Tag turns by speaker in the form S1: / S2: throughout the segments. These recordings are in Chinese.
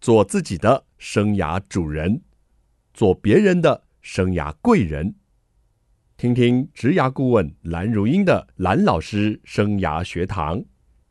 S1: 做自己的生涯主人，做别人的生涯贵人。听听职涯顾问蓝如英的蓝老师生涯学堂，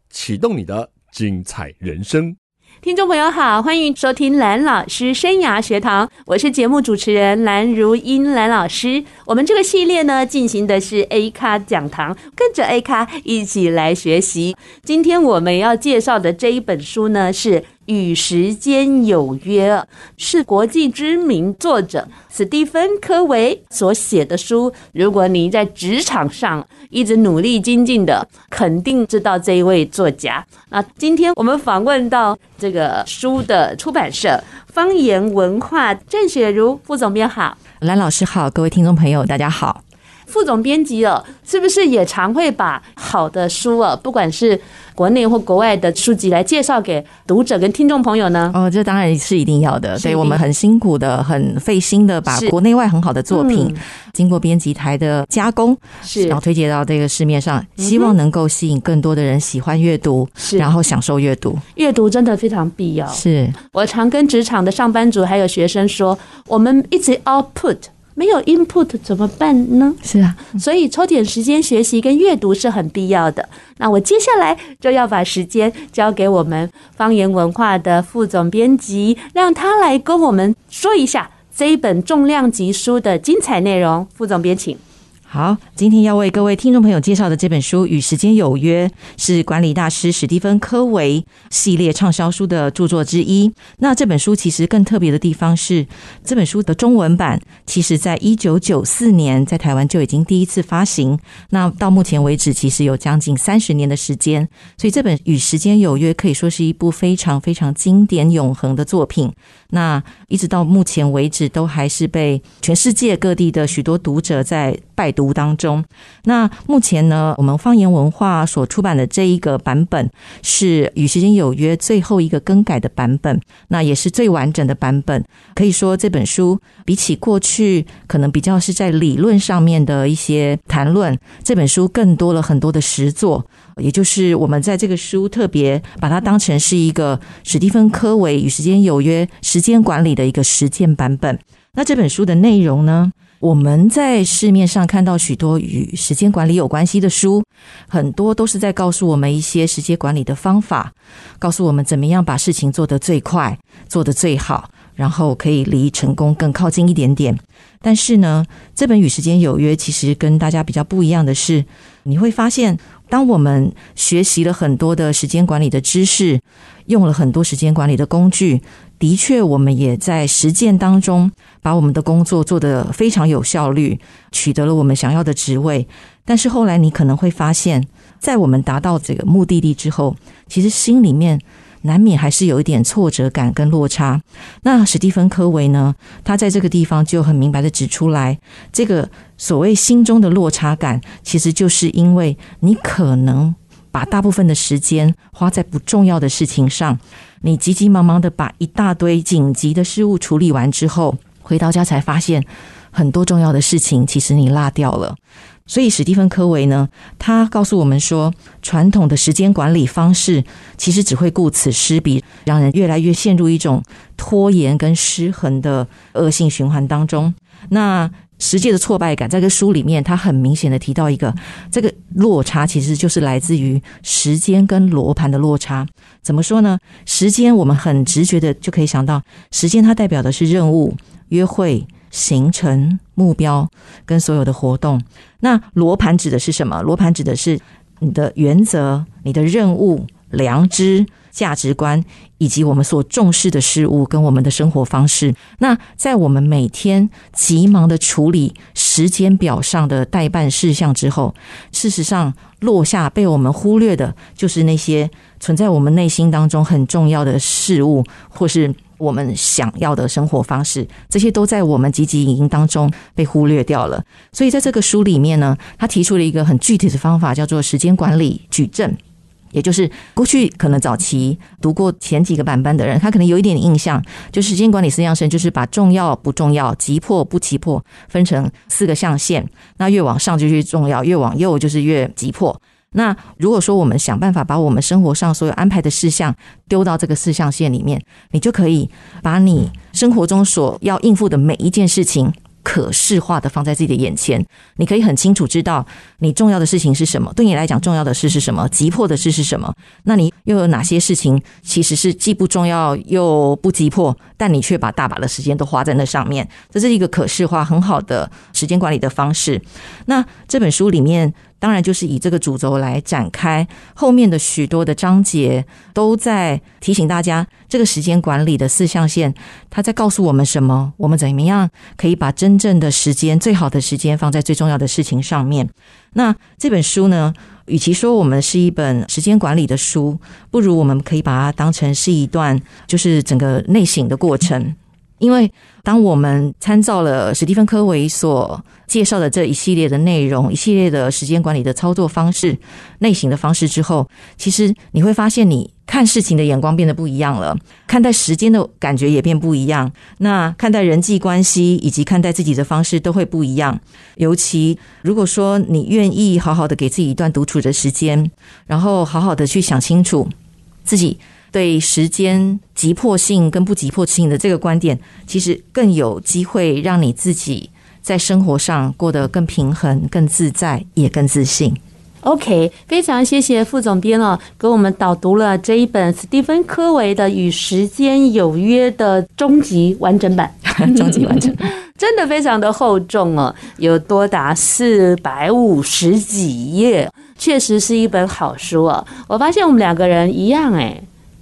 S1: 启动你的精彩人生。
S2: 听众朋友好，欢迎收听蓝老师生涯学堂，我是节目主持人蓝如英，蓝老师。我们这个系列呢，进行的是 A 咖讲堂，跟着 A 咖一起来学习。今天我们要介绍的这一本书呢，是《与时间有约》，是国际知名作者史蒂芬·科维所写的书。如果你在职场上一直努力精进的，肯定知道这一位作家。那今天我们访问到这个书的出版社方言文化郑雪茹副总编好，
S3: 蓝老师好，各位听众朋友，大家好。
S2: 副总编辑哦，是不是也常会把好的书哦，不管是国内或国外的书籍来介绍给读者跟听众朋友呢？
S3: 哦，这当然是一定要的，
S2: 嗯是一
S3: 对
S2: 定
S3: 我们很辛苦的、很费心的把
S2: 是
S3: 国内外很好的作品
S2: 嗯，
S3: 经过编辑台的加工，
S2: 是嗯
S3: 然后推介到这个市面上，希望能够吸引更多的人喜欢阅读，
S2: 是，哦
S3: 然后享受阅读。
S2: 阅读真的非常必要。
S3: 是
S2: 我常跟职场的上班族还有学生说，我们一直 output 没有 input 怎么办呢？
S3: 是啊，
S2: 所以抽点时间学习跟阅读是很必要的。那我接下来就要把时间交给我们方言文化的副总编辑，让他来跟我们说一下这一本重量级书的精彩内容。副总编请。
S3: 好，今天要为各位听众朋友介绍的这本书《与时间有约》是管理大师史蒂芬·科维系列畅销书的著作之一。那这本书其实更特别的地方是，这本书的中文版其实在一九九四年在台湾就已经第一次发行。那到目前为止，其实有将近三十年的时间，所以这本《与时间有约》可以说是一部非常非常经典永恒的作品。那一直到目前为止，都还是被全世界各地的许多读者在拜读当中。那目前呢，我们方言文化所出版的这一个版本是《与时间有约》最后一个更改的版本，那也是最完整的版本。可以说，这本书比起过去可能比较是在理论上面的一些谈论，这本书更多了很多的实作。也就是我们在这个书特别把它当成是一个史蒂芬·科维与时间有约时间管理的一个实践版本。那这本书的内容呢？我们在市面上看到许多与时间管理有关系的书，很多都是在告诉我们一些时间管理的方法，告诉我们怎么样把事情做得最快、做得最好，然后可以离成功更靠近一点点。但是呢，这本《与时间有约》其实跟大家比较不一样的是，你会发现，当我们学习了很多的时间管理的知识，用了很多时间管理的工具，的确，我们也在实践当中把我们的工作做得非常有效率，取得了我们想要的职位。但是后来，你可能会发现，在我们达到这个目的地之后，其实心里面。难免还是有一点挫折感跟落差。那史蒂芬·科维呢？他在这个地方就很明白的指出来，这个所谓心中的落差感，其实就是因为你可能把大部分的时间花在不重要的事情上，你急急忙忙的把一大堆紧急的事物处理完之后，回到家才发现很多重要的事情其实你落掉了。所以史蒂芬·科维呢，他告诉我们说，传统的时间管理方式其实只会顾此失彼，让人越来越陷入一种拖延跟失衡的恶性循环当中。那实际的挫败感，在这个书里面，他很明显的提到一个这个落差，其实就是来自于时间跟罗盘的落差。怎么说呢？时间我们很直觉的就可以想到，时间它代表的是任务、约会、行程、目标跟所有的活动。那罗盘指的是什么？罗盘指的是你的原则、你的任务、良知、价值观，以及我们所重视的事物跟我们的生活方式。那在我们每天急忙的处理时间表上的代办事项之后，事实上落下被我们忽略的，就是那些存在我们内心当中很重要的事物，或是。我们想要的生活方式，这些都在我们积极营营当中被忽略掉了。所以在这个书里面呢，他提出了一个很具体的方法，叫做时间管理矩阵。也就是过去可能早期读过前几个版本的人，他可能有一点印象，就时间管理四象限，就是把重要不重要、急迫不急迫分成四个象限。那越往上就越重要，越往右就是越急迫。那如果说我们想办法把我们生活上所有安排的事项丢到这个四象限里面，你就可以把你生活中所要应付的每一件事情。可视化的放在自己的眼前，你可以很清楚知道你重要的事情是什么，对你来讲重要的事是什么，急迫的事是什么。那你又有哪些事情其实是既不重要又不急迫，但你却把大把的时间都花在那上面？这是一个可视化很好的时间管理的方式。那这本书里面。当然，就是以这个主轴来展开，后面的许多的章节都在提醒大家，这个时间管理的四象限，它在告诉我们什么？我们怎么样可以把真正的时间、最好的时间放在最重要的事情上面？那这本书呢？与其说我们是一本时间管理的书，不如我们可以把它当成是一段，就是整个内省的过程。因为当我们参照了史蒂芬·科维所介绍的这一系列的内容、一系列的时间管理的操作方式、类型的方式之后，其实你会发现，你看事情的眼光变得不一样了，看待时间的感觉也变不一样，那看待人际关系以及看待自己的方式都会不一样。尤其如果说你愿意好好的给自己一段独处的时间，然后好好的去想清楚自己。对时间急迫性跟不急迫性的这个观点，其实更有机会让你自己在生活上过得更平衡、更自在，也更自信。
S2: OK，非常谢谢副总编哦，给我们导读了这一本斯蒂芬·科维的《与时间有约》的终极完整版，
S3: 终极完整，
S2: 真的非常的厚重哦，有多达四百五十几页，确实是一本好书哦。我发现我们两个人一样哎。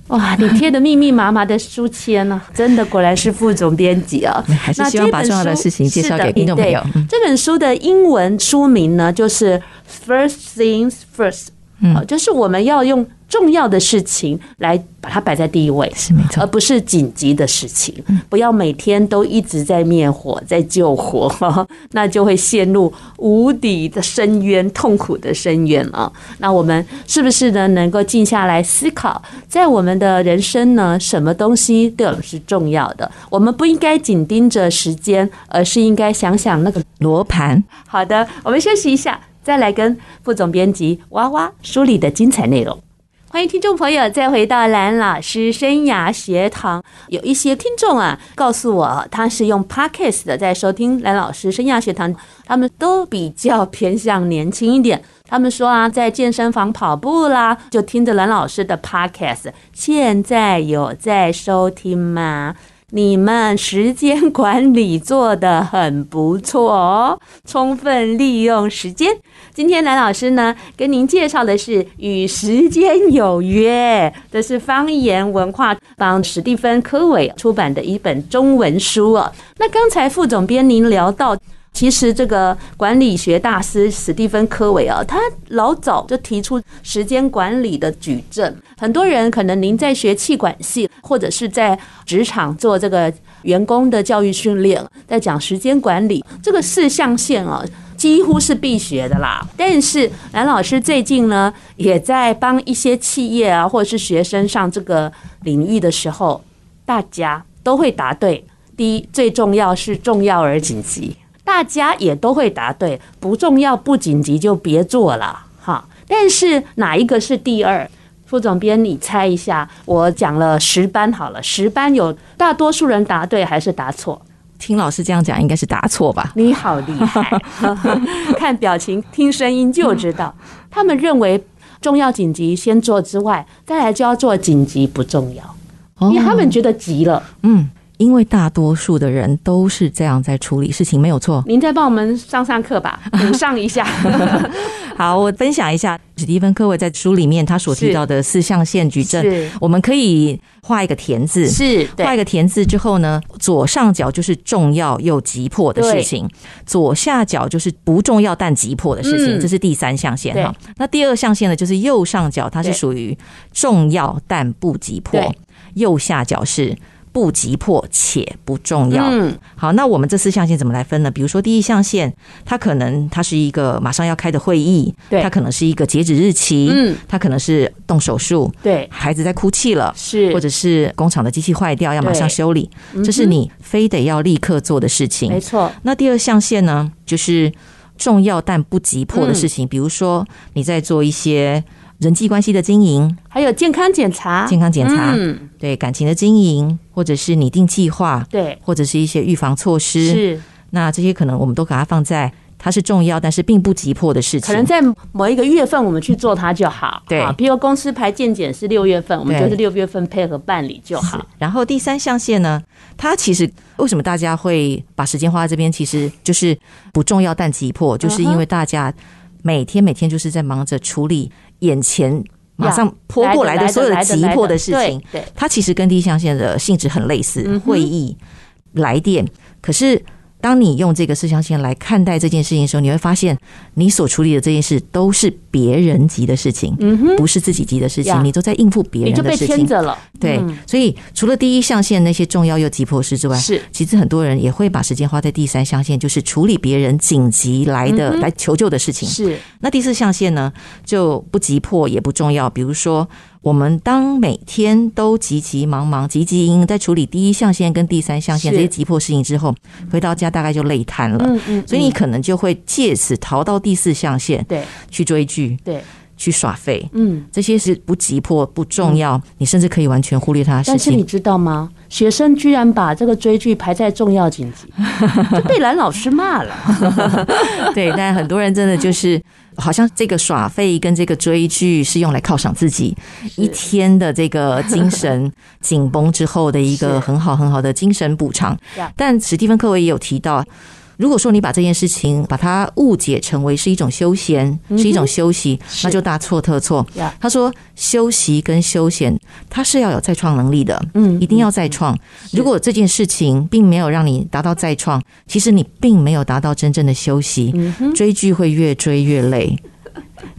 S2: 哇，你贴的密密麻麻的书签呢、啊， 真的果然是副总编辑 啊！
S3: 还是希望把重要的事情介绍给听众朋友。嗯
S2: 这本书的英文书名呢，就是《First Things First》，嗯，就是我们要用重要的事情来把它摆在第一位，
S3: 是没错，嗯
S2: 而不是紧急的事情。不要每天都一直在灭火、在救火，那就会陷入无底的深渊、痛苦的深渊啊！那我们是不是呢？能够静下来思考？在我们的人生呢，什么东西对我们是重要的？我们不应该紧盯着时间，而是应该想想那个
S3: 罗盘。
S2: 好的，我们休息一下，再来跟副总编辑哇哇梳理的精彩内容。欢迎听众朋友再回到蓝老师生涯学堂。有一些听众啊，告诉我他是用 Podcast 的在收听蓝老师生涯学堂，他们都比较偏向年轻一点。他们说啊，在健身房跑步啦，就听着蓝老师的 podcast。现在有在收听吗？你们时间管理做得很不错哦，充分利用时间。今天蓝老师呢，跟您介绍的是《与时间有约》，这是方言文化帮史蒂芬·科维出版的一本中文书哦。那刚才副总编您聊到。其实，这个管理学大师史蒂芬·科维啊，他老早就提出时间管理的矩阵。很多人可能您在学气管系，或者是在职场做这个员工的教育训练，在讲时间管理这个四象限啊。几乎是必学的啦，但是蓝老师最近呢，也在帮一些企业啊，或者是学生上这个领域的时候，大家都会答对。第一，最重要是重要而紧急。大家也都会答对，不重要不紧急就别做了哈。但是哪一个是第二？副总编，你猜一下。我讲了十班好了，十班有大多数人答对还是答错？
S3: 听老师这样讲，应该是答 错吧？
S2: 你好厉 害，看表情、听声音就知道，他们认为重要紧急先做之外，再来就要做紧急不重
S3: 哦
S2: 要，因为他们觉得急了。
S3: 嗯。因为大多数的人都是这样 在处理事情，没有 错。
S2: 您再帮我们上上课 吧，补上一下。
S3: 好，我分享一下史蒂芬·科维在书里面他所提到的四象限矩阵。我们可以画一个田字，
S2: 是
S3: 画一个田字之后呢，左上角就是重要又急迫的事情，左下角就是不重要但急迫的事情，嗯、这是第三象限哈。那第二象限呢，就是右上角，它是属于重要但不急迫，右下角是。不急迫且不重要。嗯，好，那我们这四象限怎么来分呢？比如说第一象限，它可能它是一个马上要开的会议，
S2: 对，
S3: 它可能是一个截止日期，嗯，它可能是动手术，
S2: 对，
S3: 孩子在哭泣了，
S2: 是，
S3: 或者是工厂的机器坏掉要马上修理，这是你非得要立刻做的事
S2: 嗯
S3: 情，
S2: 没错。
S3: 那第二象限呢，就是重要但不急迫的事
S2: 嗯
S3: 情，比如说你在做一些人际关系的经营、
S2: 还有健康检查，
S3: 健康检查，
S2: 啊嗯，
S3: 对感情的经营，或者是拟定计划，
S2: 对，
S3: 或者是一些预防措施。
S2: 是，
S3: 那这些可能我们都给它放在它是重要但是并不急迫的事情。
S2: 可能在某一个月份我们去做它就好。
S3: 对
S2: 啊比如公司排健检是六月份，我们
S3: 对
S2: 就是六月份配合办理就好。
S3: 然后第三象限呢，它其实为什么大家会把时间花在这边，其实就是不重要但急迫，就是因为大家每天每天就是在忙着处理眼前马上泼过来的所有的急迫的事
S2: 来
S3: 情
S2: 的，，对，对
S3: 它其实跟第一象限的性质很类似
S2: 嗯，哼
S3: 会议、来电。可是，当你用这个四象限来看待这件事情的时候，你会发现，你所处理的这件事都是别人急的事情，
S2: 嗯哼，
S3: 不是自己急的事
S2: 呀
S3: 情，你都在应付别
S2: 你就
S3: 人
S2: 被
S3: 的事
S2: 牵
S3: 情。
S2: 着了。
S3: 对
S2: 嗯，
S3: 所以除了第一象限那些重要又急迫事之外，
S2: 是
S3: 其实很多人也会把时间花在第三象限，就是处理别人紧急来的、来求救的事情。
S2: 嗯是，
S3: 那第四象限呢，就不急迫也不重要。比如说，我们当每天都急急忙忙、急急营营在处理第一象限跟第三象限
S2: 是
S3: 这些急迫事情之后，回到家大概就累瘫了。
S2: 嗯嗯，
S3: 所以你
S2: 嗯
S3: 可能就会借此逃到第四象限
S2: 对
S3: 去追剧、
S2: 对，
S3: 去耍废，
S2: 嗯。
S3: 这些是不急迫、不重要，你甚至可以完全忽略它的事
S2: 但是
S3: 情
S2: 你。知道吗？学生居然把这个追剧排在重要紧急，就被蓝老师骂了。
S3: 对，但很多人真的就是，好像这个耍废跟这个追剧是用来犒赏自己一天的这个精神紧绷之后的 一
S2: 是
S3: 个很好很好的精神补偿
S2: Yeah。
S3: 但史蒂芬·科维也有提到。如果说你把这件事情把它误解成为是一种休闲，是一种休息，
S2: 嗯是
S3: 那就大错特错
S2: Yeah。
S3: 他说，休息跟休闲，它是要有再创能力的，
S2: 嗯
S3: 一定要再创。
S2: 是
S3: 如果这件事情并没有让你达到再创，其实你并没有达到真正的休息，
S2: 嗯
S3: 追剧会越追 越累。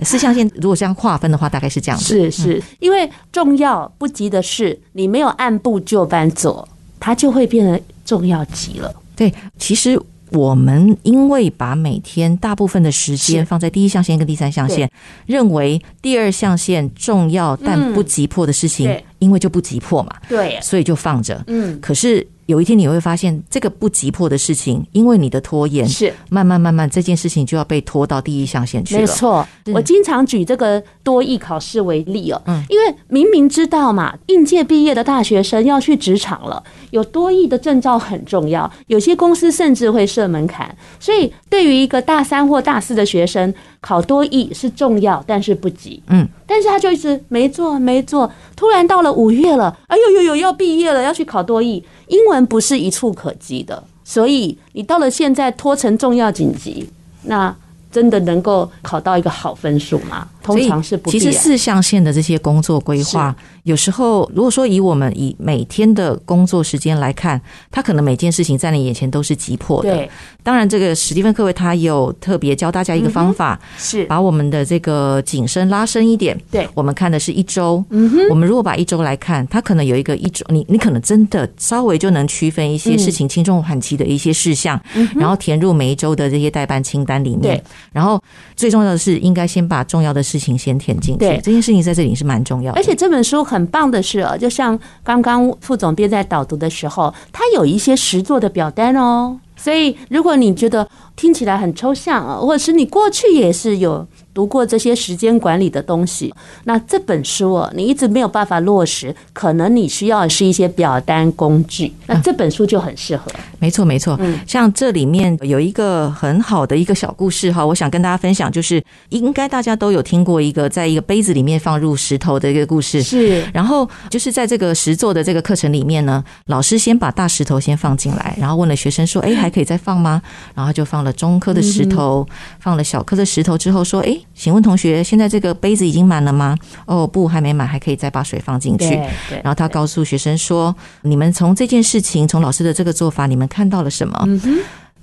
S3: 四象限如果这样划分的话，大概是这样
S2: 是
S3: 子。
S2: 是，嗯因为重要不急的事，你没有按部就班做，它就会变得重要急了。
S3: 对，其实我们因为把每天大部分的时间
S2: 是
S3: 放在第一象限跟第三象限，认为第二象限重要但不急迫的事情，
S2: 嗯对
S3: 因为就不急迫嘛，
S2: 对，
S3: 所以就放着。
S2: 嗯，
S3: 可是有一天你会发现，这个不急迫的事情，因为你的拖延，
S2: 是
S3: 慢慢慢慢这件事情就要被拖到第一象限去
S2: 没
S3: 了。
S2: 错。
S3: 是
S2: 我经常举这个多艺考试为例哦，
S3: 嗯
S2: 因为明明知道嘛，应届毕业的大学生要去职场了，有多艺的证照很重要，有些公司甚至会设门槛，所以对于一个大三或大四的学生，考多艺是重要，但是不急。
S3: 嗯，
S2: 但是他就一直没做没做，突然到了五月了，哎呦呦呦，要毕业了，要去考多艺，英文不是一触可及的，所以你到了现在拖成重要紧急，那真的能够考到一个好分数吗？通
S3: 所以
S2: 常是不必啊
S3: 其实
S2: 然。
S3: 四象限的这些工作规划，有时候如果说以我们以每天的工作时间来看，它可能每件事情在你眼前都是急迫的。
S2: 对，
S3: 当然，这个史蒂芬·科维他也有特别教大家一
S2: 嗯
S3: 个方法，
S2: 是
S3: 把我们的这个景深拉伸一点。
S2: 对
S3: 我们看的是一周。嗯哼，我们如果把一周来看，它可能有一个一周，你你可能真的稍微就能区分一
S2: 嗯
S3: 些事情轻重缓急的一些事项，然后填入每一周的这些代办清单里面
S2: 对。
S3: 然后最重要的是，应该先把重要的事情先填进去。
S2: 对
S3: 这件事情在这里是蛮重要的。
S2: 而且这本书很棒的是哦，就像刚刚副总编在导读的时候，它有一些实作的表单哦。所以如果你觉得听起来很抽象啊，或者是你过去也是有读过这些时间管理的东西，那这本书哦，你一直没有办法落实，可能你需要的是一些表单工具。那这本书就很适合。
S3: 没错，没错。
S2: 嗯
S3: 像这里面有一个很好的一个小故事哈，我想跟大家分享，就是应该大家都有听过一个，在一个杯子里面放入石头的一个故事。
S2: 是
S3: 然后就是在这个实作的这个课程里面呢，老师先把大石头先放进来，然后问了学 生说：“哎，还可以再放吗？”然后就放了中颗的石头，
S2: 嗯
S3: 放了小颗的石头之后说：“哎，请问同学，现在这个杯子已经满了吗？”哦，不，还没满，还可以再把水放进去。
S2: 对对
S3: 然后他告诉学生说：“你们从这件事情，从老师的这个做法，你们看到了什么？”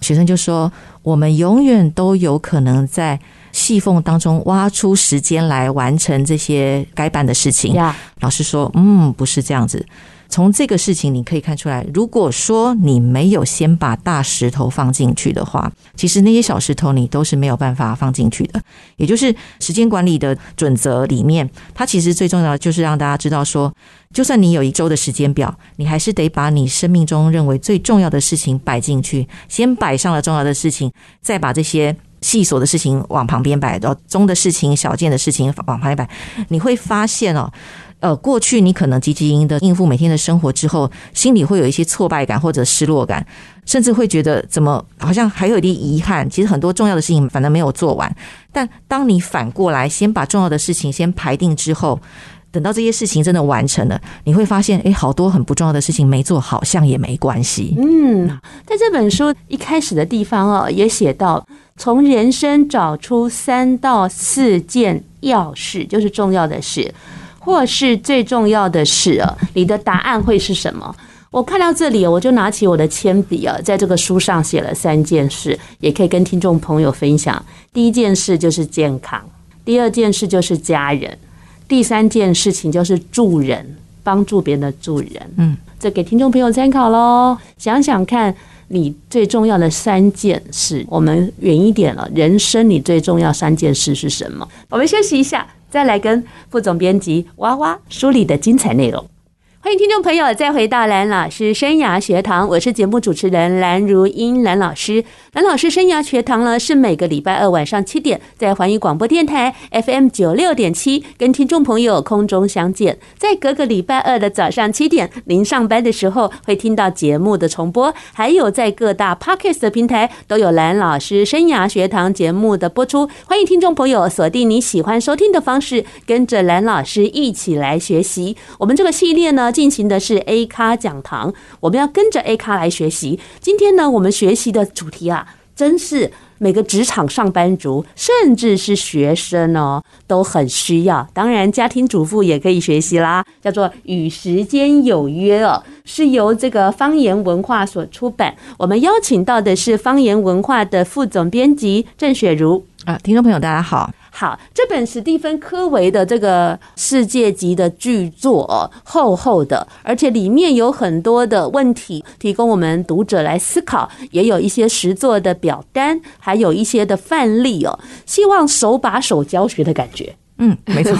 S3: 学生就说：“我们永远都有可能在细缝当中挖出时间来完成这些该办的事情。”
S2: 呀，
S3: 老师说：“嗯，不是这样子。”从这个事情你可以看出来，如果说你没有先把大石头放进去的话，其实那些小石头你都是没有办法放进去的。也就是时间管理的准则里面，它其实最重要的就是让大家知道说，就算你有一周的时间表，你还是得把你生命中认为最重要的事情摆进去，先摆上了重要的事情，再把这些。细琐的事情往旁边摆，然后中的事情、小件的事情往旁边摆，你会发现哦。呃，过去你可能积极营的应付每天的生活之后，心里会有一些挫败感或者失落感，甚至会觉得怎么好像还有一点遗憾。其实很多重要的事情反而没有做完，但当你反过来先把重要的事情先排定之后，等到这些事情真的完成了，你会发现，诶，好多很不重要的事情没做，好像也没关系。
S2: 嗯，在这本书一开始的地方哦，也写到从人生找出三到四件要事，就是重要的事，或是最重要的事哦，你的答案会是什么？我看到这里，我就拿起我的铅笔啊，在这个书上写了三件事，也可以跟听众朋友分享。第一件事就是健康，第二件事就是家人，第三件事情就是助人，帮助别人的助人。
S3: 嗯，
S2: 这给听众朋友参考喽。想想看，你最重要的三件事，我们远一点了，人生你最重要三件事是什么？我们休息一下，再来跟副总编辑娃娃梳理的精彩内容。欢迎听众朋友再回到蓝老师生涯学堂，我是节目主持人蓝如英，蓝老师。蓝老师生涯学堂呢是每个礼拜二晚上七点在环宇广播电台 FM 九六点七跟听众朋友空中相见，在隔个礼拜二的早上七点您上班的时候会听到节目的重播，还有在各大 Podcast 的平台都有蓝老师生涯学堂节目的播出，欢迎听众朋友锁定你喜欢收听的方式，跟着蓝老师一起来学习。我们这个系列呢进行的是 A 咖讲堂，我们要跟着 A 咖来学习。今天呢，我们学习的主题啊，真是每个职场上班族，甚至是学生哦，都很需要。当然，家庭主妇也可以学习啦，叫做“与时间有约”哦，是由这个方言文化所出版。我们邀请到的是方言文化的副总编辑郑雪茹。
S3: 啊，听众朋友大家好，
S2: 好，这本史蒂芬·科维的这个世界级的巨作、哦，厚厚的，而且里面有很多的问题，提供我们读者来思考，也有一些实作的表单，还有一些的范例哦，希望手把手教学的感觉。
S3: 嗯，没错，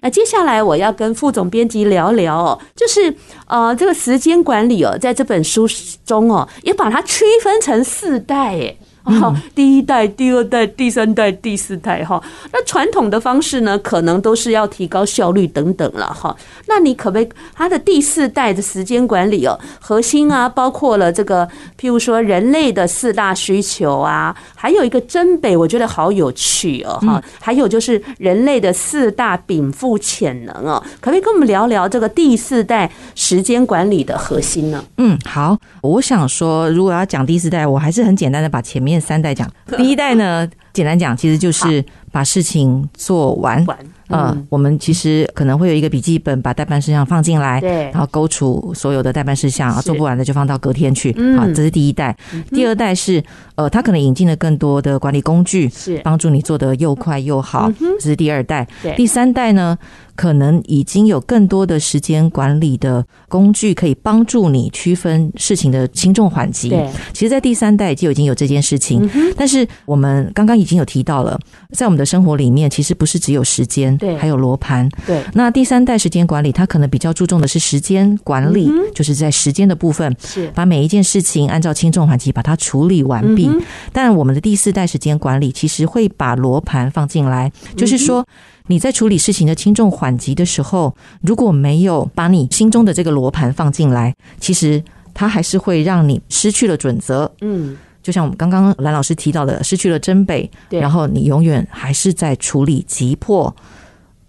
S2: 那接下来我要跟副总编辑聊聊哦，就是呃，这个时间管理哦，在这本书中哦，也把它区分成四代诶。哦，第一代、第二代、第三代、第四代哈、那传统的方式呢，可能都是要提高效率等等了哈、那你可不可以它的第四代的时间管理哦，核心啊，包括了这个，譬如说人类的四大需求啊，还有一个真北，我觉得好有趣哦
S3: 嗯
S2: 哈、还有就是人类的四大禀赋潜能哦，可不可以跟我们聊聊这个第四代时间管理的核心呢？
S3: 嗯，好，我想说，如果要讲第四代，我还是很简单的把前面三 代讲。第一代呢，简单讲，其实就是把事情做完。
S2: 管
S3: 呃，
S2: 嗯，
S3: 我们其实可能会有一个笔记本，把代办事项放进来，
S2: 对
S3: 然后勾除所有的代办事项，啊
S2: 是
S3: 做不完的就放到隔天去。
S2: 嗯
S3: 好，这是第一代。第二代是呃，他可能引进了更多的管理工具，
S2: 是
S3: 帮助你做得又快又好，这是第二代
S2: 嗯对。
S3: 第三代呢，可能已经有更多的时间管理的工具，可以帮助你区分事情的轻重缓急。
S2: 对，嗯
S3: 其实，在第三代就已经有这件事情，但是我们刚刚已经有提到了，在我们的生活里面，其实不是只有时间，
S2: 对
S3: 还有罗盘。
S2: 对，
S3: 那第三代时间管理，它可能比较注重的是时间管
S2: 嗯
S3: 理，就是在时间的部分，
S2: 是
S3: 把每一件事情按照轻重缓急把它处理完毕。但我们的第四代时间管理其实会把罗盘放进来，就是说你在处理事情的轻重缓急的时候，如果没有把你心中的这个罗盘放进来，其实它还是会让你失去了准则。
S2: 嗯，
S3: 就像我们刚刚蓝老师提到的，失去了真北，
S2: 对
S3: 然后你永远还是在处理急迫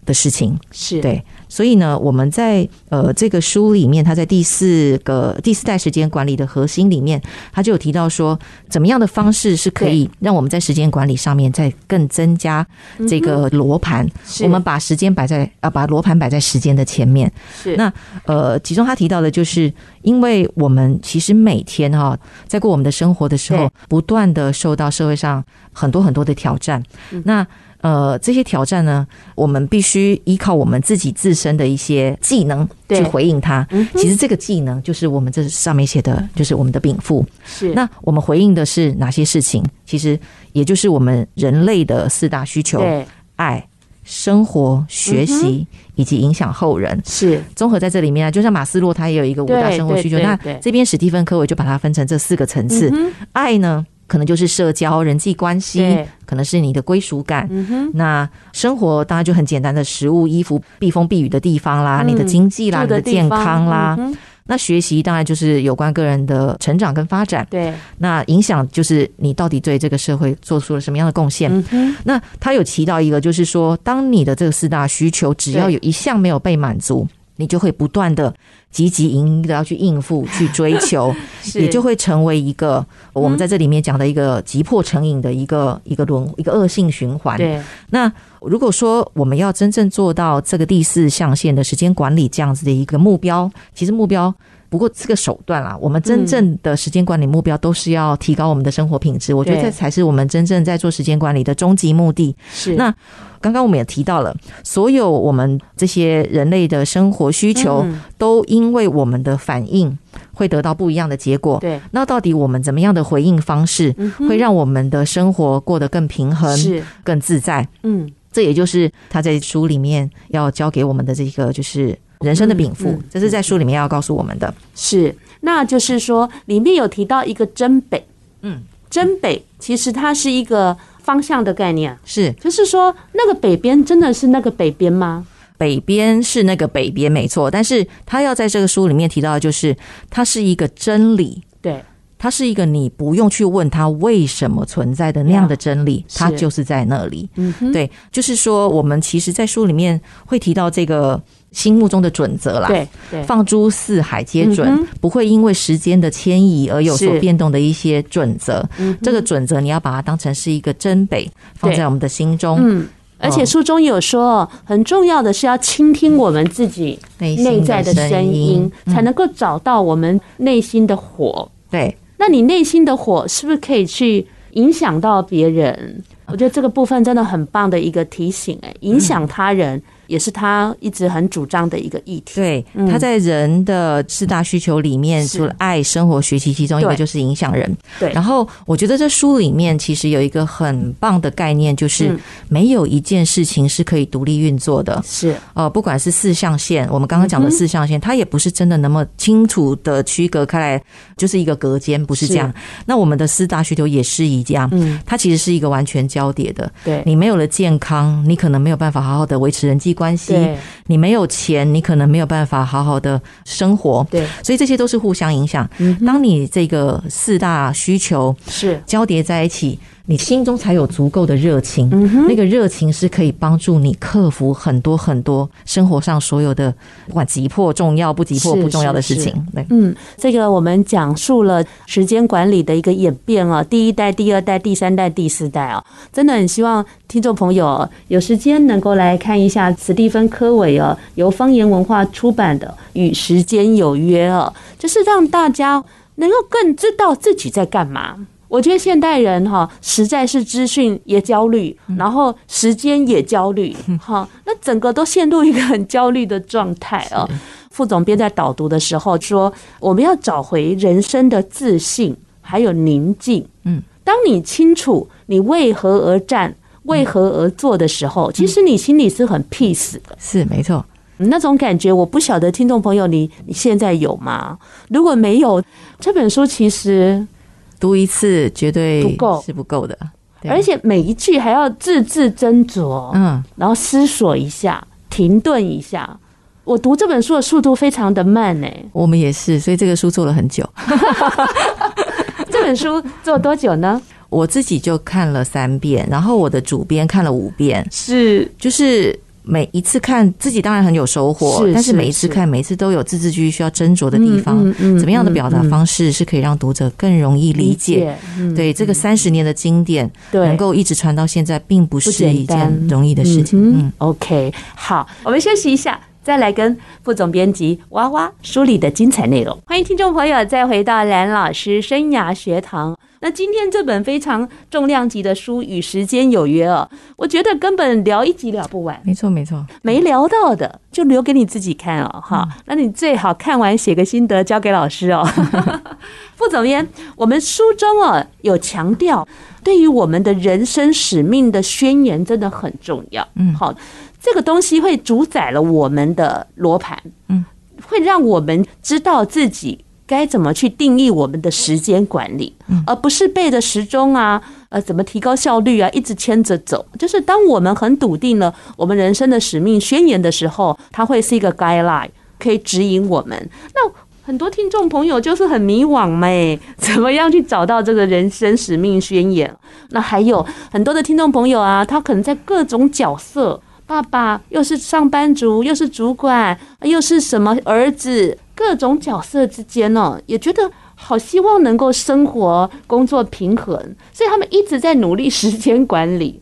S3: 的事情。
S2: 是，
S3: 对，所以呢，我们在呃这个书里面，它在第四个第四代时间管理的核心里面，它就有提到说，怎么样的方式是可以让我们在时间管理上面再更增加这个罗盘。
S2: 是
S3: 我们把时间摆在啊、把罗盘摆在时间的前面。
S2: 是
S3: 那呃，其中他提到的就是，因为我们其实每天哈、在过我们的生活的时候
S2: 对，
S3: 不断的受到社会上很多很多的挑战。
S2: 嗯
S3: 那呃，这些挑战呢，我们必须依靠我们自己自身的一些技能
S2: 对
S3: 去回应它
S2: 嗯。哼嗯
S3: 其实这个技能就是我们这上面写的，就是我们的禀赋。
S2: 是
S3: 那我们回应的是哪些事情？其实也就是我们人类的四大需求：
S2: 对嗯
S3: 爱、生活、学习以及影响后人。
S2: 是
S3: 综合在这里面啊，就像马斯洛他也有一个五大
S2: 对
S3: 生活需求，
S2: 对对
S3: 那
S2: 对
S3: 这边史蒂芬科维就把它分成这四个层次。
S2: 嗯哼
S3: 爱呢，可能就是社交、人际关系
S2: 对，
S3: 可能是你的归属感。
S2: 嗯哼，
S3: 那生活当然就很简单的食物、衣服、避风避雨的地方啦，
S2: 嗯
S3: 你的经济啦，
S2: 住
S3: 你的
S2: 的
S3: 健
S2: 地方
S3: 康啦。
S2: 嗯哼
S3: 那学习当然就是有关个人的成长跟发展。
S2: 对，
S3: 那影响就是你到底对这个社会做出了什么样的贡献。
S2: 嗯哼，
S3: 那他有提到一个，就是说，当你的这个四大需求只要
S2: 对
S3: 有一项没有被满足，你就会不断的积极营营的要去应付、去追求，
S2: 是
S3: 也就会成为一个我
S2: 嗯
S3: 们在这里面讲的一个急迫成瘾的一个一个轮一个恶性循环。
S2: 对，
S3: 那如果说我们要真正做到这个第四象限的时间管理这样子的一个目标，其实目标不过这个手段啊啦，我们真正的时间管理目标都是要提高我们的生活品质。我觉得
S2: 对
S3: 这才是我们真正在做时间管理的终极目的。
S2: 是
S3: 那刚刚我们也提到了，所有我们这些人类的生活需求，
S2: 嗯
S3: 都因为我们的反应会得到不一样的结果。
S2: 对，
S3: 那到底我们怎么样的回应方式，
S2: 嗯哼
S3: 会让我们的生活过得更平衡、
S2: 是，
S3: 更自在？
S2: 嗯，
S3: 这也就是他在书里面要教给我们的这个，就是人生的禀赋，
S2: 嗯嗯
S3: 这是在书里面要告诉我们的。
S2: 是，那就是说里面有提到一个真北，
S3: 嗯，
S2: 真北其实它是一个方向的概念啊，
S3: 是
S2: 就是说那个北边真的是那个北边吗？
S3: 北边是那个北边没错，但是他要在这个书里面提到，的就是它是一个真理。
S2: 对，
S3: 它是一个你不用去问它为什么存在的那样的真理，
S2: 是
S3: 它就是在那里。
S2: 嗯哼，
S3: 对，就是说，我们其实，在书里面会提到这个心目中的准则啦。
S2: 对对，
S3: 啊放诸四海皆准，
S2: 嗯哼
S3: 不会因为时间的迁移而有所
S2: 是嗯
S3: 变动的一些准则。这个准则你要把它当成是一个真北，放在我们的心中，
S2: 嗯。而且书中有说，很重要的是要倾听我们自己
S3: 内
S2: 内
S3: 心
S2: 在的声
S3: 声
S2: 音，
S3: 嗯
S2: 才能够找到我们内心的火。
S3: 对。
S2: 那你内心的火是不是可以去影响到别人？我觉得这个部分真的很棒的一个提醒、哎，
S3: 嗯
S2: 影响他人也是他一直很主张的一个议题。
S3: 对，他在人的四大需求里面，
S2: 嗯是
S3: 除了爱、生活、学习，其中一个
S2: 对
S3: 就是影响人。
S2: 对
S3: 然后我觉得这书里面其实有一个很棒的概念，就是
S2: 嗯
S3: 没有一件事情是可以独立运作的。
S2: 是，
S3: 呃，不管是四象限，我们刚刚讲
S2: 嗯
S3: 的四象限，它也不是真的那么清楚的区隔开来，就是一个隔间，不是这样。那我们的四大需求也是一样，
S2: 嗯，
S3: 它其实是一个完全交叠的。
S2: 对，
S3: 你没有了健康，你可能没有办法好好的维持人际关系；
S2: 对，
S3: 你没有钱，你可能没有办法好好的生活。
S2: 对，
S3: 所以这些都是互相影响。
S2: 嗯哼，
S3: 当你这个四大需求
S2: 是，
S3: 交叠在一起，你心中才有足够的热情。
S2: 嗯哼，
S3: 那个热情是可以帮助你克服很多很多生活上所有的，不管急迫、重要、不急迫、
S2: 是
S3: 不重要的事
S2: 是
S3: 情。对，
S2: 嗯，这个我们讲述了时间管理的一个演变啊，第一代、第二代、第三代、第四代啊，真的很希望听众朋友哦有时间能够来看一下史蒂芬·科维哦，由方言文化出版的《与时间有约》哦，就是让大家能够更知道自己在干嘛。我觉得现代人哈、实在是资讯也焦虑，然后时间也焦虑，哈、那整个都陷入一个很焦虑的状态哦。副总编在导读的时候说，我们要找回人生的自信，还有宁静。
S3: 嗯，
S2: 当你清楚你为何而战、为何而做的时候，其实你心里是很 peace 的。
S3: 是没错。
S2: 嗯那种感觉，我不晓得听众朋友你你现在有吗？如果没有，这本书其实
S3: 读一次绝对
S2: 不够
S3: 是不够的，对
S2: 而且每一句还要字字斟酌，
S3: 嗯，
S2: 然后思索一下，停顿一下。我读这本书的速度非常的慢呢、欸
S3: 我们也是，所以这个书做了很久，
S2: 这本书做多久呢？
S3: 我自己就看了三遍，然后我的主编看了五遍，
S2: 是
S3: 就是。每一次看自己当然很有收获，
S2: 是
S3: 但是
S2: 是
S3: 每一
S2: 是
S3: 次看，每一次都有字字句句需要斟酌的地方。
S2: 嗯嗯嗯
S3: 怎么样的表达
S2: 嗯嗯
S3: 方式是可以让读者更容易理解？，
S2: 嗯
S3: 对这个三十年的经典，
S2: 对
S3: 能够一直传到现在，并不
S2: 不
S3: 是
S2: 简
S3: 一件
S2: 单
S3: 容易的事情。
S2: 嗯
S3: 嗯
S2: 哼 OK，好，我们休息一下。再来跟副总编辑娃娃梳理的精彩内容，欢迎听众朋友再回到蓝老师生涯学堂。那今天这本非常重量级的书《与时间有约》哦，我觉得根本聊一集聊不完，
S3: 没错没错，
S2: 没聊到的就留给你自己看哦，哈。那你最好看完写个心得交给老师哦。副总编，我们书中哦有强调，对于我们的人生使命的宣言真的很重要。
S3: 嗯
S2: 好，这个东西会主宰了我们的罗盘，
S3: 嗯，
S2: 会让我们知道自己该怎么去定义我们的时间管理，而不是背着时钟啊，呃，怎么提高效率啊，一直牵着走。就是当我们很笃定了我们人生的使命宣言的时候，它会是一个 guideline，可以指引我们。那很多听众朋友就是很迷惘没， 怎么样去找到这个人生使命宣言？那还有很多的听众朋友啊，他可能在各种角色，爸爸又是上班族，又是主管，又是什么儿子，各种角色之间哦，也觉得好希望能够生活工作平衡，所以他们一直在努力时间管理。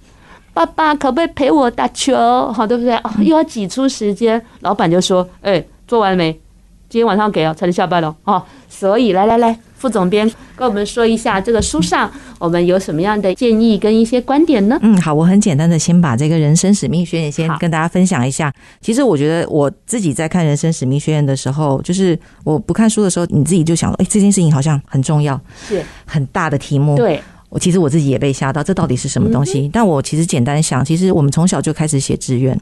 S2: 爸爸可不可以陪我打球？好，对不对？哦，又要挤出时间，老板就说：“哎、做完没？今天晚上给哦，才能下班了哦。”所以来来来，副总编跟我们说一下这个书上我们有什么样的建议跟一些观点呢？
S3: 嗯，好，我很简单的先把这个人生使命宣言先
S2: 好
S3: 跟大家分享一下。其实我觉得我自己在看人生使命宣言的时候，就是我不看书的时候，你自己就想，哎、这件事情好像很重要，
S2: 是
S3: 很大的题目。
S2: 对，
S3: 我其实我自己也被吓到，这到底是什么东西？但我其实简单想，其实我们从小就开始写志愿，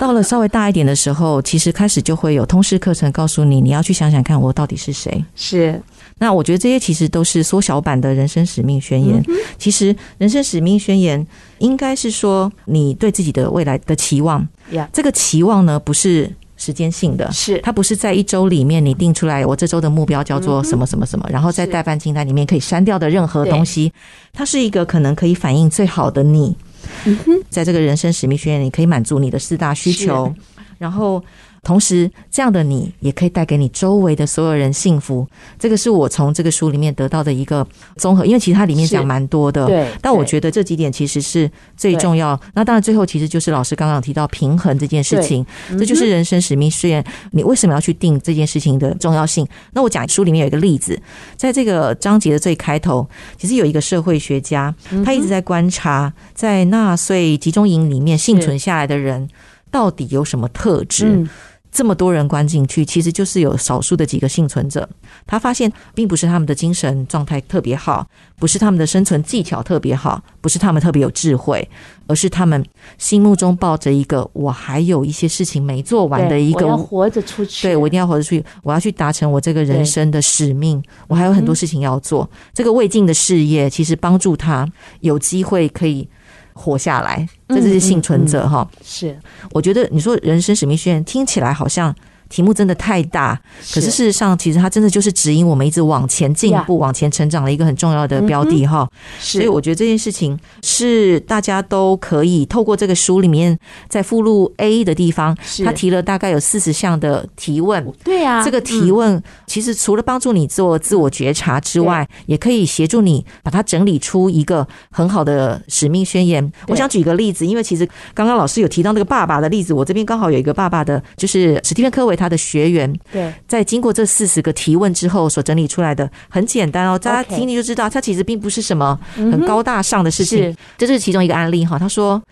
S3: 到了稍微大一点的时候，其实开始就会有通识课程告诉你，你要去想想看我到底是谁。
S2: 是
S3: 那我觉得这些其实都是缩小版的人生使命宣言。其实人生使命宣言应该是说你对自己的未来的期望
S2: Yeah
S3: 这个期望呢不是时间性的，
S2: 是嗯
S3: 它不是在一周里面你定出来，我这周的目标叫做什么什么什么，然后在
S2: 是
S3: 代办清单里面可以删掉的任何东西，它是一个可能可以反映最好的你。
S2: 嗯
S3: 在这个人生使命宣言，你可以满足你的四大需求，然后同时这样的你也可以带给你周围的所有人幸福。这个是我从这个书里面得到的一个综合，因为其实它里面
S2: 是
S3: 讲蛮多的。
S2: 对，
S3: 但我
S2: 对
S3: 觉得这几点其实是最
S2: 对
S3: 重要。那当然，最后其实就是老师刚刚有提到平衡这件事
S2: 对嗯
S3: 情，这就是人生使命虽然你为什么要去定这件事情的重要性？那我讲书里面有一个例子，在这个章节的最开头，其实有一个社会学家，
S2: 嗯
S3: 他一直在观察在纳粹集中营里面幸存下来的人到底有什么特质。
S2: 嗯
S3: 这么多人关进去，其实就是有少数的几个幸存者，他发现并不是他们的精神状态特别好，不是他们的生存技巧特别好，不是他们特别有智慧，而是他们心目中抱着一个我还有一些事情没做完的
S2: 对
S3: 一
S2: 我要
S3: 个。
S2: 活着出去，
S3: 对，我一定要活得出去，我要去达成我这个人生的使命，我还有很多事情要做。这个未尽的事业，其实帮助他有机会可以活下来，这
S2: 嗯
S3: 就是幸存者哈。
S2: 是，
S3: 我觉得你说人生使命宣言听起来好像题目真的太大，可是事实上其实它真的就是指引我们一直往前进步、往前成长的一个很重要的标的哈。所
S2: 嗯是
S3: 以我觉得这件事情是大家都可以透过这个书里面在附录 A 的地方，
S2: 是
S3: 他提了大概有四十项的提问。
S2: 对啊，
S3: 这个提问其实除了帮助你做自我觉察之外，也可以协助你把它整理出一个很好的使命宣言。我想举个例子，因为其实刚刚老师有提到那个爸爸的例子，我这边刚好有一个爸爸的，就是史蒂芬科维他的学员，
S2: 对
S3: 在经过这四十个提问之后所整理出来的，很简单哦，大家
S2: OK 嗯
S3: 听你就知道，它其实并不是什么很高大上的事情。
S2: 是
S3: 这是其中一个案例哈。他说，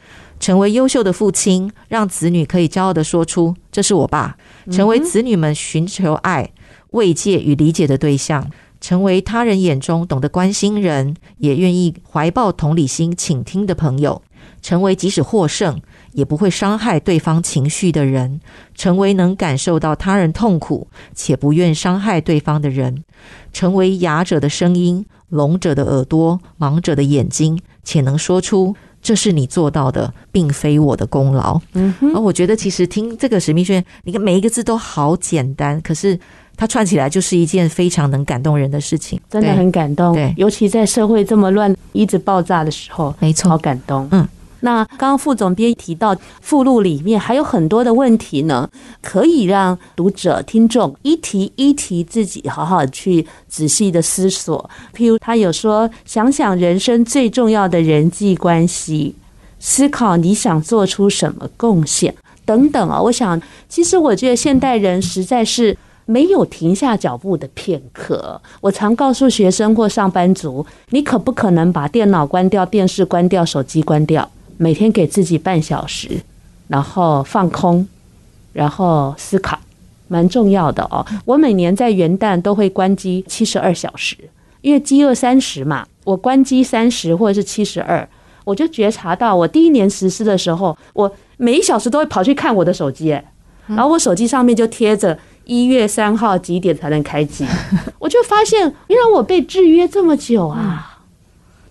S3: 成为优秀的父亲，让子女可以骄傲的说出“这是我爸”，
S2: 嗯
S3: 成为子女们寻求爱、慰藉与理解的对象。成为他人眼中懂得关心人，也愿意怀抱同理心倾听的朋友；成为即使获胜也不会伤害对方情绪的人；成为能感受到他人痛苦且不愿伤害对方的人；成为哑者的声音、聋者的耳朵、盲者的眼睛，且能说出这是你做到的，并非我的功劳。嗯，而我觉得其实听这个使命宣言，你看每一个字都好简单，可是它串起来就是一件非常能感动人的事情。
S2: 真的
S3: 对
S2: 很感动
S3: 对，
S2: 尤其在社会这么乱、一直爆炸的时候，
S3: 没
S2: 好
S3: 错，
S2: 感动。
S3: 嗯。
S2: 那刚刚副总编提到附录里面还有很多的问题呢，可以让读者、听众一题一题自己好好去仔细的思索。譬如他有说，想想人生最重要的人际关系，思考你想做出什么贡献等等啊。我想，其实我觉得现代人实在是没有停下脚步的片刻。我常告诉学生或上班族，你可不可能把电脑关掉、电视关掉、手机关掉，每天给自己半小时，然后放空，然后思考，蛮重要的哦。我每年在元旦都会关机七十二小时，因为饥饿三十嘛，我关机三十或者是七十二，我就觉察到我第一年实施的欸时候，我每一小时都会跑去看我的手机、哎然后我手机上面就贴着。一月三号几点才能开机？ 我就发现，原来我被制约这么久啊！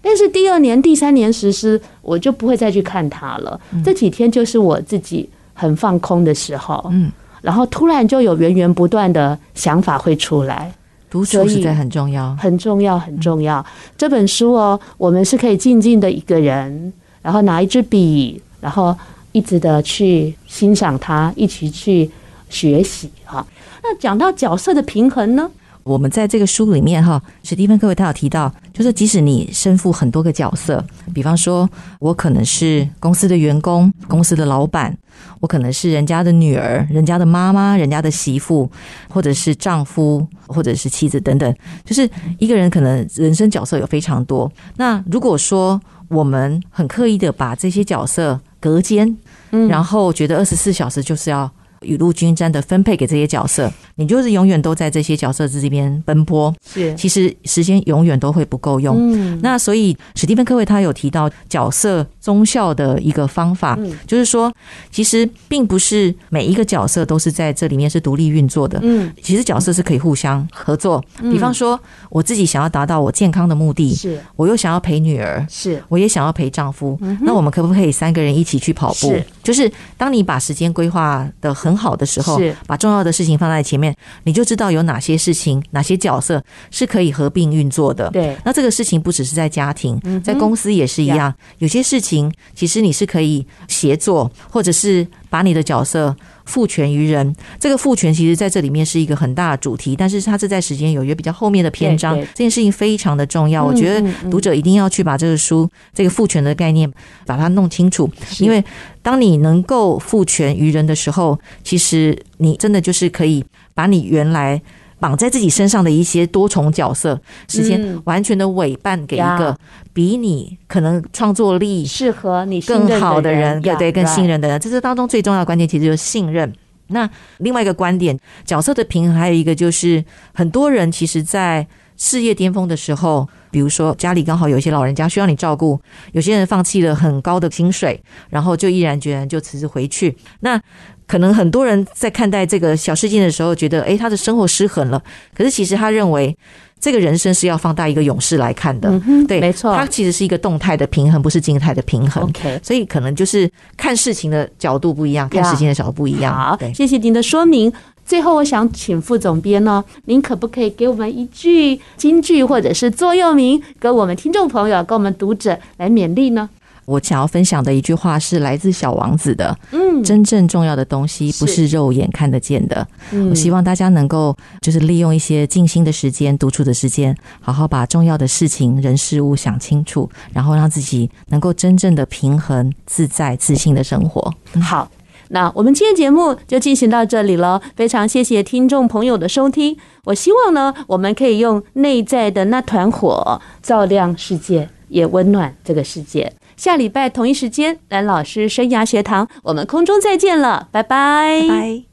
S2: 但是第二年、第三年实施，我就不会再去看它了。这几天就是我自己很放空的时候，
S3: 嗯，
S2: 然后突然就有源源不断的想法会出来，
S3: 独
S2: 所
S3: 处
S2: 以
S3: 实在很重要。
S2: 很重要，很重要。这本书哦，我们是可以静静的一个人，然后拿一支笔，然后一直的去欣赏它，一起去学习哈。那讲到角色的平衡呢？
S3: 我们在这个书里面哈，史蒂芬·科维他有提到，就是即使你身负很多个角色，比方说我可能是公司的员工、公司的老板，我可能是人家的女儿、人家的妈妈、人家的媳妇，或者是丈夫，或者是妻子等等，就是一个人可能人生角色有非常多。那如果说我们很刻意的把这些角色隔间，
S2: 嗯
S3: 然后觉得二十四小时就是要雨露均沾的分配给这些角色，你就是永远都在这些角色之边奔波，
S2: 是，
S3: 其实时间永远都会不够用。
S2: 嗯，
S3: 那所以史蒂芬·科维他有提到角色忠孝的一个方法，
S2: 嗯
S3: 就是说，其实并不是每一个角色都是在这里面是独立运作的。
S2: 嗯
S3: 其实角色是可以互相合作，比方说我自己想要达到我健康的目的，
S2: 是
S3: 我又想要陪女儿，
S2: 是，
S3: 我也想要陪丈夫，那我们可不可以三个人一起去跑步？
S2: 嗯是
S3: 就是当你把时间规划的很好的时候
S2: 是，
S3: 把重要的事情放在前面，你就知道有哪些事情、哪些角色是可以合并运作的。
S2: 对，
S3: 那这个事情不只是在家庭，
S2: 嗯哼
S3: 在公司也是一样。有些事情其实你是可以协作，或者是把你的角色赋权于人。这个赋权其实在这里面是一个很大的主题，但是它是在时间有约比较后面的篇章。
S2: 对对
S3: 这件事情非常的重啊要，我觉得
S2: 嗯嗯
S3: 读者一定要去把这个书这个赋权的概念把它弄清楚，因为当你能够赋权于人的时候，其实你真的就是可以把你原来。绑在自己身上的一些多重角色时间
S2: 嗯，
S3: 完全的委办给一个
S2: 呀
S3: 比你可能创作力
S2: 适合你信任
S3: 更好的人，
S2: 人，
S3: 对对，更信
S2: 任。
S3: 任的人。这是当中最重要的关键，其实就是信任。那另外一个观点，角色的平衡，还有一个就是，很多人其实，在事业巅峰的时候，比如说家里刚好有一些老人家需要你照顾，有些人放弃了很高的薪水，然后就毅然决然就辞职回去。那可能很多人在看待这个小事件的时候，觉得诶，他的生活失衡了。可是其实他认为，这个人生是要放大一个勇士来看的。
S2: 嗯哼，
S3: 对，
S2: 没错
S3: 它其实是一个动态的平衡，不是静态的平衡。
S2: ，OK。
S3: 所以可能就是看事情的角度不一样，看
S2: 呀
S3: 时间的角度不一样。
S2: 啊好
S3: 对，，
S2: 谢谢您的说明。最后，我想请副总编呢、您可不可以给我们一句金句或者是座右铭，跟我们听众朋友、跟我们读者来勉励呢？
S3: 我想要分享的一句话是来自《小王子》的：
S2: 嗯，
S3: 真正重要的东西
S2: 是
S3: 不是肉眼看得见的。
S2: 嗯
S3: 我希望大家能够就是利用一些静心的时间、独处的时间，好好把重要的事情、人、事物想清楚，然后让自己能够真正的平衡、自在、自信的生活。
S2: 好，那我们今天节目就进行到这里了，非常谢谢听众朋友的收听。我希望呢，我们可以用内在的那团火，照亮世界，也温暖这个世界。下礼拜同一时间，蓝老师生涯学堂，我们空中再见了，拜拜
S3: 拜。